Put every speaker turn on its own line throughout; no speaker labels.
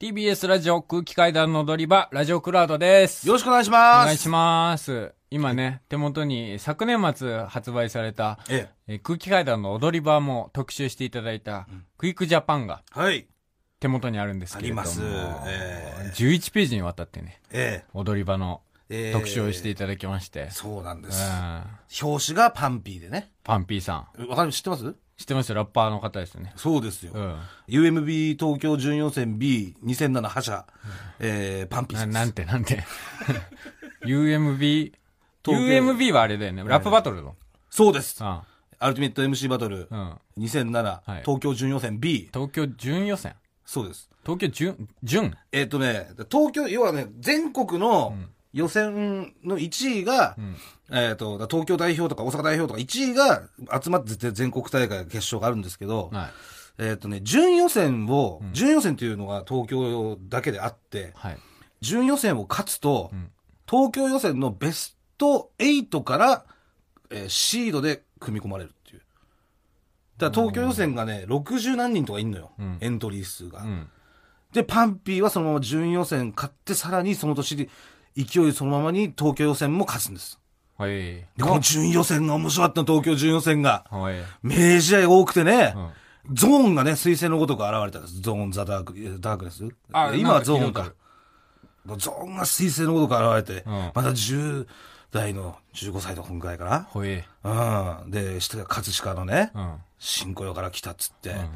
TBS ラジオ空気階段の踊り場、ラジオクラウドです。
よろしくお願いし
お
ます。
願いします。今ね、手元に昨年末発売された、
え
えー空気階段の踊り場も特集していただいた、クイックジャパンが
え。はい。
手元にあるんですけれども。
ありますえ
11ページにわたってね、
え
踊り場の
え。ええ
特集をしていただきまして。
そうなんで
う
す。
ん
表紙がパンピーでね。
パンピーさん。
わかる知ってます
知ってますよ、ラッパーの方ですよね。
そうですよ。
うん。
UMB 東京準予選 B2007 覇者、ええパンピー
な
さんです。
なんて、 なんて。UMB。
東京
UMB はあれだよね。ラップバトルの。
そうです。
うん。
アルティメット MC バトル
うん。
2007、
はい
東京準予選 B。
東京準予選。
そうです。
東京準、準
えっ、とね、東京、要はね、全国の予選の1位が、えっ、と、だ東京代表とか大阪代表とか1位が集まって全国大会決勝があるんですけど、
はい。
えっ、とね、準予選を、準予選というのが東京だけであって、
はい。
準予選を勝つと、
ん
東京予選のベスト8から、えーシードで組み込まれるっていう。だから東京予選がね、60何人とかいんのよ、
ん
エントリー数が。
うん。
で、パンピーはそのまま準予選勝って、さらにその年で勢いそのままに東京予選も勝つんです。
はい。
で、この準予選が面白かったの東京準予選が。
はい。
名試合多くてね、
ん
ゾーンがね、彗星のごとく現れたんです。ゾーン、ザ・ダーク、えダークネス。
あな
今
ん
は
か
ゾーン
聞い
か
た。
ゾーンが彗星のごとく現れて、
ん
まだ10代の15歳とかこんぐらいかな。
ほえ。
うん。で、下が葛飾のね、
うん。
新小屋から来たっつって、
ん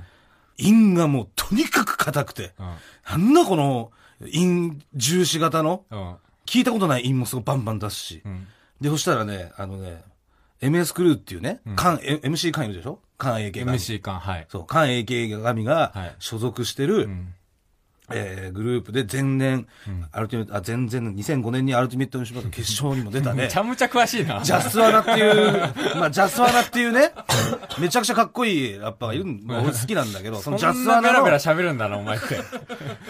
陰がもうとにかく硬くて、
うん。
なんだこの、陰、重視型の、
うん。
聞いたことない陰もすごいバンバン出すし。
うん。
で、そしたらね、あのね、MS クルーっていうね、関、え MC 関与でしょ関 AK 神。
MC 館、はい。
そう、関 AK 神
は
が
い
所属してる、
ん
えーグループで前年、アルティメット、あ、前々、2005年にアルティメットの島と決勝にも出たね
めち。ゃめちゃ詳しいな。
ジャスワナっていう、まあ、ジャスワナっていうね、めちゃくちゃかっこいいラッパーがいるん、まあ俺好きなんだけど、そ
そん
のジャス
な
ワ
ベ
ナ
ラ
の
ベ、ラ喋るんだな、お前 って。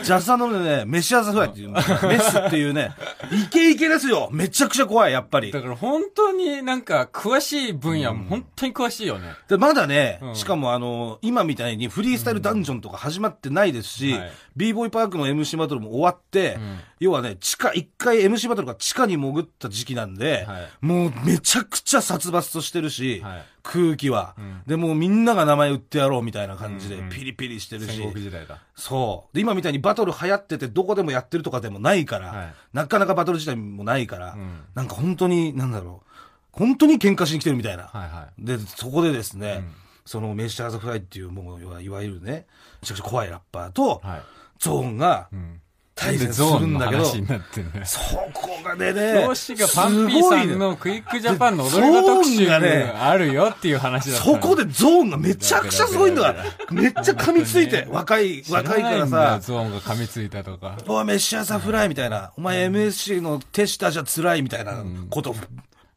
ジャスさんのね、メシアザフライっていう、メスってい うね、イケイケですよめちゃくちゃ怖い、やっぱり
だ。から本当になんか詳しい分野、本当に詳しいよね。
で、まだね、
うん
しかもあの、今みたいにフリースタイルダンジョンとか始まってないですし、
うんはい
B-Boy パークの MC バトルも終わって、要はね、地下、一回 MC バトルが地下に潜った時期なんで、
はい
もうめちゃくちゃ殺伐としてるし、
はい
空気は、
ん
で、もうみんなが名前売ってやろうみたいな感じで
うんうん、
ピリピリしてるし、
戦国時代だ。
そう。で、今みたいにバトル流行ってて、どこでもやってるとかでもないから、
はい
なかなかバトル自体もないから、
うん
なんか本当に、なんだろう、本当に喧嘩しに来てるみたいな。
はいは
で、そこでですね、
うん
そのメッシャーズフライっていう、もう、いわいわゆるね、めちゃくちゃ怖いラッパーと
い。、はい。
ゾーンが
うん。
対
で
戦す
ゾー
る
ン
ん
の
だけど、
話になってるね。
そこがでね、
表紙がパンピーさんのクイックジャパンの踊り場特集があるよっていう話だった
そ
の。
こでゾーンがめちゃくちゃすごいんだから、めっちゃ噛みついて、若い、若
知
いから
ないんだよ
さ、
ゾーンが噛みついたとか。
おい、メッシャーサフライみたいな、お前 MSC の手下じゃ辛いみたいなこと、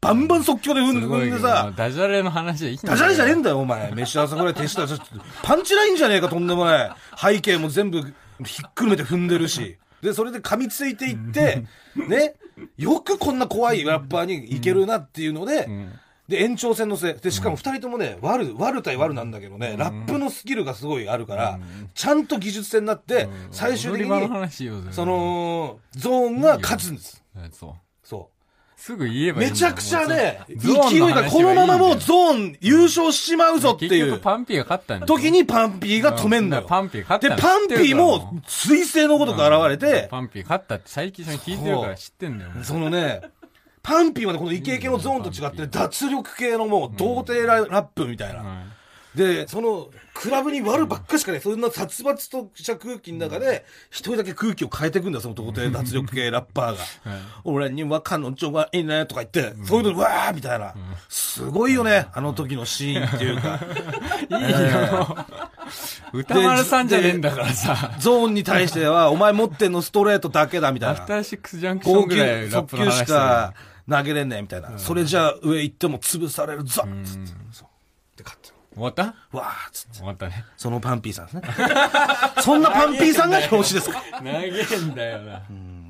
バンバン即興で踏ん
すごい
踏ん
け
で
ど
さ、
ダジャレの話はいいんだ
ダジャレじゃねえんだよ、お前。メッシャーサフライ手下じゃ、パンチラインじゃねえか、とんでもない。背景も全部ひっくるめて踏んでるし。で、それで噛みついていって、ね、よくこんな怖いラッパーにいけるなっていうので、で、延長戦のせい。で、しかも二人ともね、悪、悪対悪なんだけどね、ラップのスキルがすごいあるから、ちゃんと技術戦になって、最終的
踊り場の
に、
話よ、
そ、の、ゾーンが勝つんです。
そう。
そ
すぐ言え
う。
ばいいん
め
だ
ちゃくちゃね、勢
ゾーンの話
いが、このままもう
はいいんだよ
ゾーン優勝しちまうぞってい
結
う
局パンピーが勝ったんだよ
時にパンピーが止めんの
う
よ。
パンピー勝った
で、
の
パンピーも彗星のごとく現れて、
パンピー勝ったって最近それ聞いてるから知ってんだよ。もう
そのね、パンピーはね、このイケイケのゾーンと違って、脱力系のもう、童貞ララップみたいな。
はい
で、その、クラブに悪ばっかしかね、そんな殺伐とした空気の中で、一人だけ空気を変えていくんだよ、その童貞脱力系ラッパーが。俺には彼女がいないとか言って、そういうの、うわーみたいな。すごいよね、あの時のシーンってい うか。
いいよ。歌丸さんじゃねえんだからさ。
ゾーンに対しては、お前持ってんのストレートだけだみた
ア
い
フ
な。
ターシックスジャンクショ
高
ンぐ
級
らい、ラップ
速
の
球
話
しか投げれんねんみたいな。それじゃあ上行っても潰されるぞっつって。そうで、勝って。
終わった
わーっつって。
終わったね。
そのパンピーさんですね。 そんなパンピーさんが表紙ですか。
長えんだよな。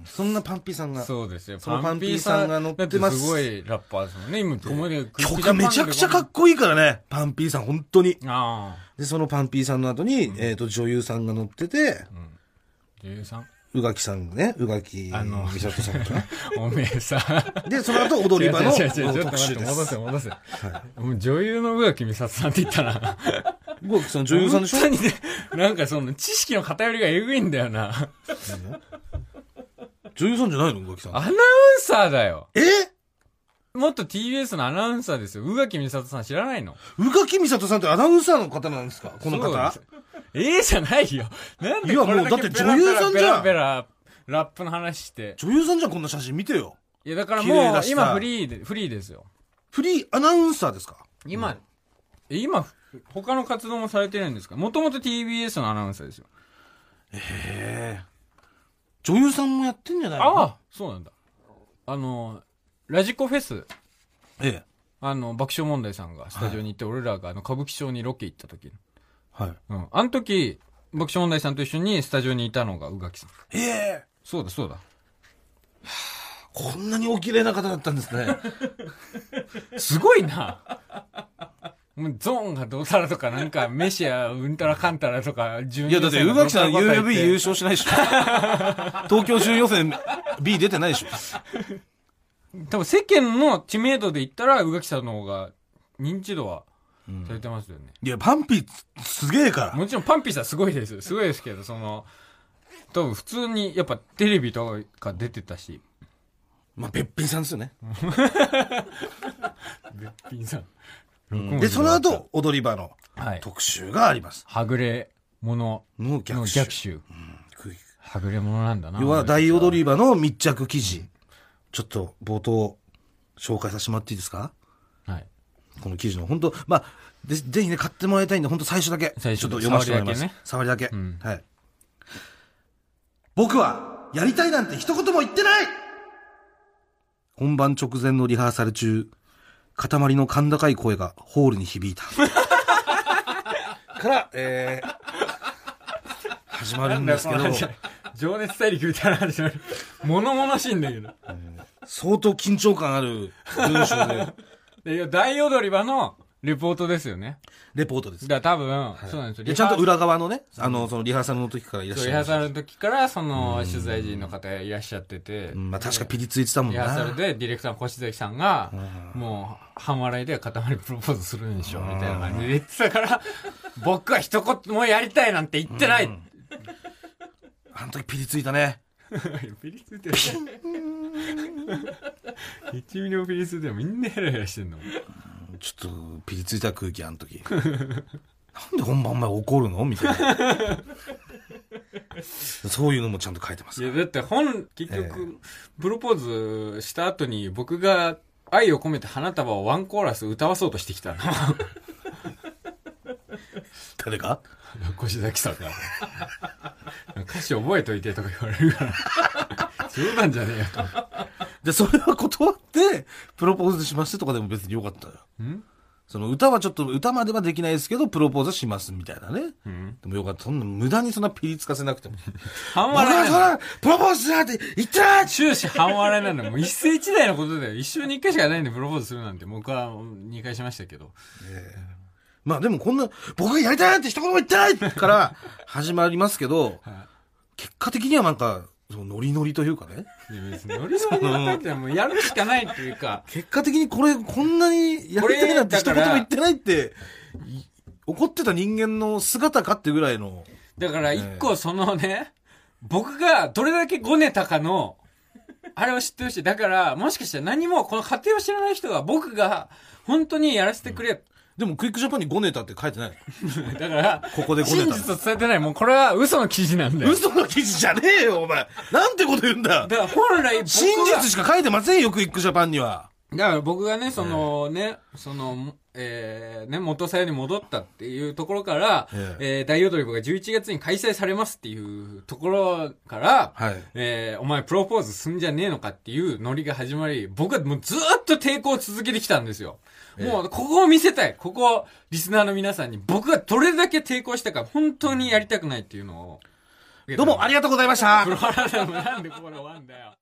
そんなパンピーさんが。
そうですよ。
そのパンピーさんが乗ってます
だすごいラッパーですもんね。今、ここまで
曲めちゃくちゃか
っ
っこいいからね。パンピーさん、本当に。
ああ。
で、そのパンピーさんの後に、えっと、女優さんが乗ってて、
女優さん
宇垣さんね、宇垣
あの
美里さんとね。
おめえ さ。
で、その後踊り場の
違う違う違うちょっと
特
待っ
集
て、
で
戻せ
す。
戻せ。もう女優の宇垣美里さんって言ったな。
宇垣さん女優さんでしょ
本当にねなんかその知識の偏りがえぐいんだよな。
女優さんじゃないの宇垣さん。
アナウンサーだよ。
え
もっと TBS のアナウンサーですよ。宇垣美里さん知らないの
宇垣美里さんってアナウンサーの方なんですかこの
そう
方
ですええじゃないよ。なんで
いや
これ
もうだって女優さんじゃん
ペラペラペラペララップの話して。
女優さんじゃんこんな写真見てよ。
いやだから
綺麗
もう
だしさ
今フリーで、フリーですよ。
フリーアナウンサーですか
今、え今、他の活動もされてるんですかもともと TBS のアナウンサーですよ。
へえ。女優さんもやってんじゃないの
ああそうなんだ。あの、ラジコフェス、
ええ。
あの、爆笑問題さんがスタジオに行って、俺らがあの歌舞伎町にロケ行った時
はい。
うん。あの時、爆笑問題さんと一緒にスタジオにいたのが宇垣さん。
ええ。
そうだそうだ。
こんなにお綺麗な方だったんですね。
すごいな。もうゾーンがどうたらとか、なんか、メシア、うんたらかんたらとか、順
いや、だって、宇垣さん UAB 優勝しないでしょ。東京準予選 B 出てないでしょ。
多分世間の知名度で言ったら、宇垣さんの方が、認知度は、されてますよね。
いや、パンピーすげえから。
もちろん、パンピーさんすごいです。すごいですけど、その、多分普通に、やっぱテレビとか出てたし、
まあ、べっぴんさんですよね。
べっぴんさん。
で、その、後、踊り場の
はい。
特集があります。
はぐれ者
の逆
の
襲
逆。襲。はぐれ者なんだな。
要は、大踊り場の密着記事。ちょっと、冒頭、紹介させてもらっていいですか
はい。
この記事の、本当まあ、ぜぜひね、買ってもらいたいんで、本当最初だけ、
最初
ちょっと読ませてもらいます。触りだけ,、
ん
はい。僕は、やりたいなんて一言も言ってない本番直前のリハーサル中、塊の甲高い声がホールに響 いた。から、えー、始まるんですけど、
情熱大陸みたいな話より物々しいんだけど。
相当緊張感ある文章 で、
でいや大踊り場のレポートですよね。
レポートです
だ。から多分、そうなんですよ。
でちゃんと
リハ
裏側のね、あの、そのリハーサルの時からいらっ
そう
し
リ
ゃ
ハ
る
ー。サルの時から、その、取材陣の方いらっしゃってて、
うんまあ確かピリついてたもん
リ
な。
ハーサルでディレクターの越崎さんが、もう、半笑いで塊プロポーズするんでしょ、みたいな感じで言ってたから、僕は一言もやりたいなんて言ってない、
あの時ピリついたね。
ピリついてる。一ミリもピリついてる。みんなヘラヘラしてんの。
ちょっと、ピリついた空気、あの時。なんで本番前怒るのみた いな。そういうのもちゃんと書いて ま
い
す。
や、だって本、結局、プロポーズした後に僕が愛を込めて花束をワンコーラス歌わそうとしてきたの。
誰が
越崎さんが。歌詞覚えといてとか言われるから。冗談じゃねえよと。
で、それは断って、プロポーズしますとかでも別によかったよ。
ん
その歌はちょっと、歌まではできないですけど、プロポーズはしますみたいなね。でもよかった。そんな無駄にそんなピリつかせなくても。
半
俺は
笑い
そ
なの。
ら、プロポーズしないって言ってない
終始半笑いなの。もう一世一代のことだよ。一生に一回しかないんでプロポーズするなんて僕は二回しましたけど。
まあでもこんな、僕がやりたいなんて一言も言ってないから始まりますけど、
は
結果的にはなんか、そのノリノリというかね。
い。いや別にノリノリだったってのはもうやるしかないっていうか。
結果的にこれ、こんなにやりたいなんて一言も言ってないって、い怒ってた人間の姿かってぐらいの、
だから一個そのね、僕がどれだけごねたかの、あれを知ってほしい。だから、もしかしたら何もこの過程を知らない人が僕が本当にやらせてくれ。
でもクイックジャパンにごねたって書いてない。
だから、
ここでごね
真
た
実を伝えてない。もうこれは嘘の記事なんだよ。
嘘の記事じゃねえよ、お前。なんてこと言うんだ
だ。から本来僕が、
真実しか書いてませんよ、クイックジャパンには。
だから僕がね、そのね、その、えー、ね、元さやに戻ったっていうところから、
え
えー、大踊り場が11月に開催されますっていうところから、
はい
えー、お前プロポーズすんじゃねえのかっていうノリが始まり、僕はもうずーっと抵抗を続けてきたんですよ。もう、ここを見せたい。ここを、リスナーの皆さんに、僕がどれだけ抵抗したか、本当にやりたくないっていうのを。
どうもありがとうございました
プ。ロアラームなんでここで終わんだよ。